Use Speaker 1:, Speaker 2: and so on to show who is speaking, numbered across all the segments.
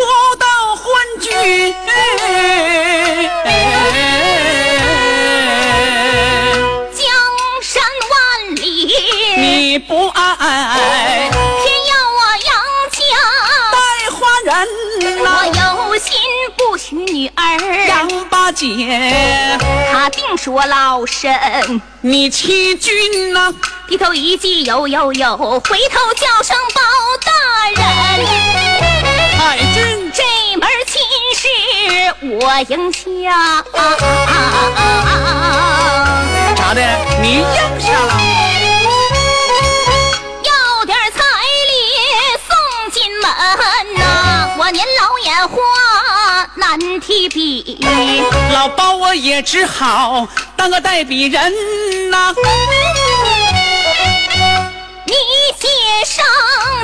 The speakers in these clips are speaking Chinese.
Speaker 1: 我当昏君，
Speaker 2: 江山万里，偏
Speaker 1: 你不爱
Speaker 2: 要我杨家。
Speaker 1: 带花人
Speaker 2: 我
Speaker 1: 呐、
Speaker 2: 有心不许女儿，
Speaker 1: 杨八姐，
Speaker 2: 他定是我老身。
Speaker 1: 你欺君呐、
Speaker 2: 低头一记有有有，回头叫声包大人。
Speaker 1: 太君
Speaker 2: 这门亲事我应下。
Speaker 1: 咋的？你应下了。
Speaker 2: 要点彩礼送进门呐、我年老眼花难提笔。
Speaker 1: 老包我也只好当个代笔人呐、
Speaker 2: 你写上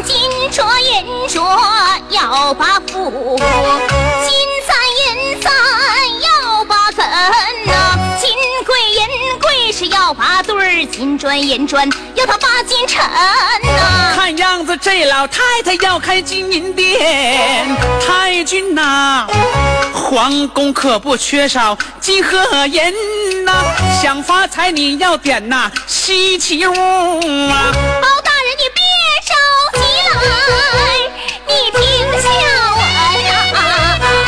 Speaker 2: 金镯银镯要把斧，金簪银簪要把根呐、金贵银贵是要把对儿，金砖银砖要他把金沉呐、
Speaker 1: 看样子这老太太要开金银店，太君呐、皇宫可不缺少金和银呐、想发财你要点呐、稀奇屋啊！
Speaker 2: 包大人你别着急来，你停下我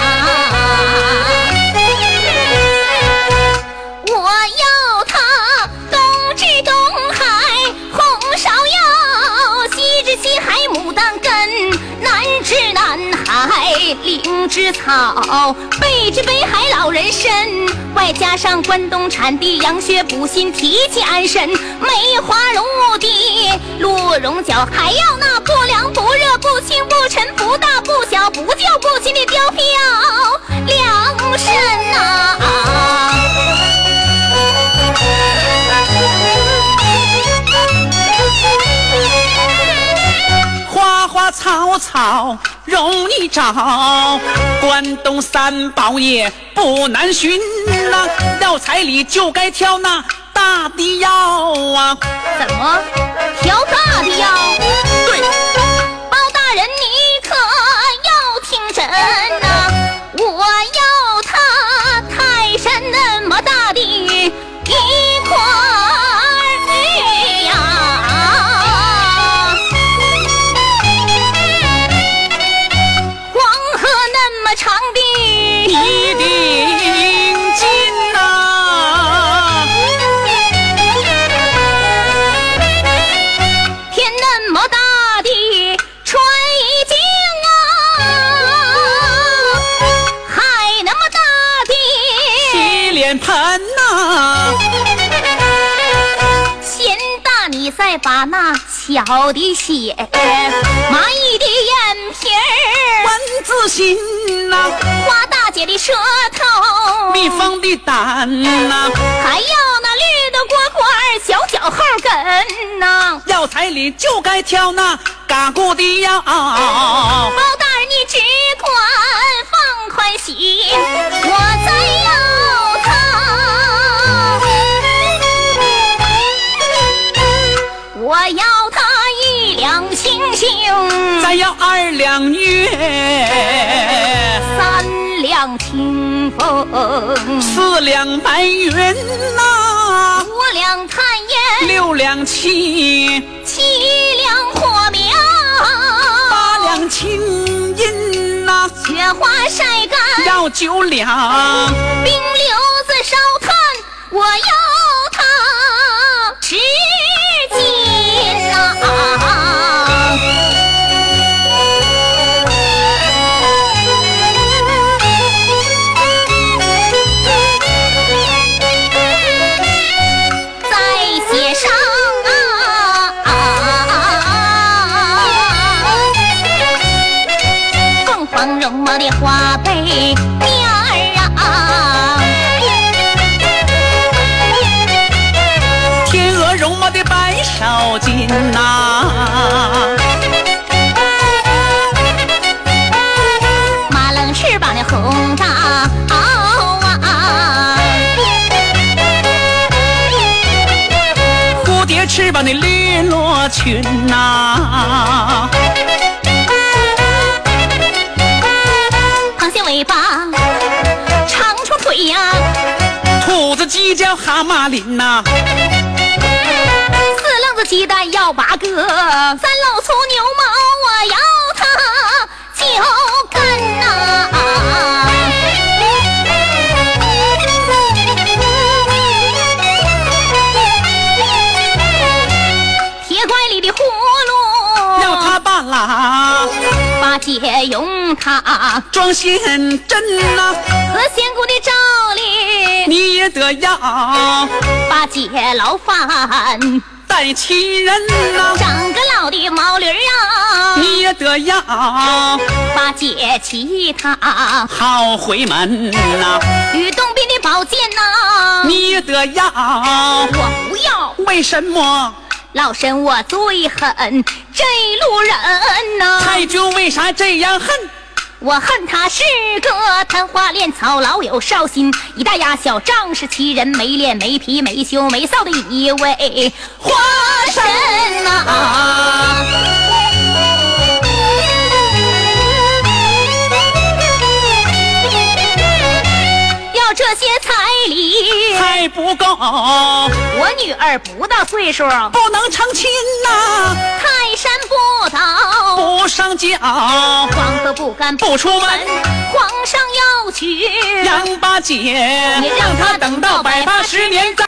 Speaker 2: 呀！我要他东至东海，红芍药；西至西海，牡丹根；南至南海，灵芝草；北至北海，老人参。外加上关东产地杨薛补心提气安神，梅花鹿的鹿茸角，还要那不凉不热不清不沉不大不小不旧不新的貂飘梁参呐、
Speaker 1: 花花草草容易找，关东三宝也不难寻呐、要彩礼就该挑那大的要啊！
Speaker 2: 怎么调大的呀？对，包大人你可要听真呐、我要他泰山那么大的一块玉呀、黄河那么长的
Speaker 1: 一锭金呐、
Speaker 2: 天那么大的穿衣镜啊，海那么大的
Speaker 1: 洗脸盆呐、
Speaker 2: 嫌大，你再把那小的写，蚂蚁的眼皮儿，
Speaker 1: 蚊子心呐、
Speaker 2: 花大姐的舌头，
Speaker 1: 蜜蜂的胆呐、
Speaker 2: 还要那绿的蝈蝈儿，小脚后跟呐、
Speaker 1: 要彩礼就该挑那嘎咕的要。
Speaker 2: 包大人，你只管放宽心，我再要他，我要他一两星星，
Speaker 1: 再要二两月，
Speaker 2: 三两清风，
Speaker 1: 四两白云呐、
Speaker 2: 五两炭烟，
Speaker 1: 六两气，
Speaker 2: 七两火苗，
Speaker 1: 八两青银呐、
Speaker 2: 雪花晒干。
Speaker 1: 要九两。
Speaker 2: 冰溜子烧炭，我要它十斤呐、再写上凤凰绒毛的花被面儿啊，
Speaker 1: 天鹅绒毛的白芍金呐、
Speaker 2: 马棱翅膀的红大袄啊，
Speaker 1: 蝴蝶翅膀的绿罗裙呐、叫蛤蟆林呐、
Speaker 2: 四愣子鸡蛋要八个，三篓粗牛毛我要它九根呐、铁拐李的葫芦
Speaker 1: 要它半拉
Speaker 2: 八戒用它
Speaker 1: 装仙针呐、
Speaker 2: 和仙姑的照例，
Speaker 1: 你也得要
Speaker 2: 八戒劳烦
Speaker 1: 带亲人呐、
Speaker 2: 长个老的毛驴儿啊，
Speaker 1: 你也得要
Speaker 2: 八戒骑它
Speaker 1: 好回门呐、
Speaker 2: 与洞宾的宝剑呐、
Speaker 1: 你也得要。
Speaker 2: 我不要，
Speaker 1: 为什么
Speaker 2: 老身我最恨这路人呐、
Speaker 1: 太君为啥这样恨？
Speaker 2: 我恨他是个贪花恋草，老有少心，一大呀小仗势欺人，没脸没皮没羞没臊的一位花神呐、要这些彩礼，
Speaker 1: 还不够，不
Speaker 2: 我女儿不到岁数，
Speaker 1: 能成亲呐、
Speaker 2: 泰山不倒，
Speaker 1: 不上轿，
Speaker 2: 黄河不干
Speaker 1: 不出门。
Speaker 2: 皇上要娶。
Speaker 1: 杨八姐，
Speaker 2: 你让
Speaker 1: 让
Speaker 2: 她
Speaker 1: 她
Speaker 2: 等
Speaker 1: 等
Speaker 2: 到
Speaker 1: 到
Speaker 2: 百
Speaker 1: 百
Speaker 2: 八
Speaker 1: 八
Speaker 2: 十
Speaker 1: 十年再。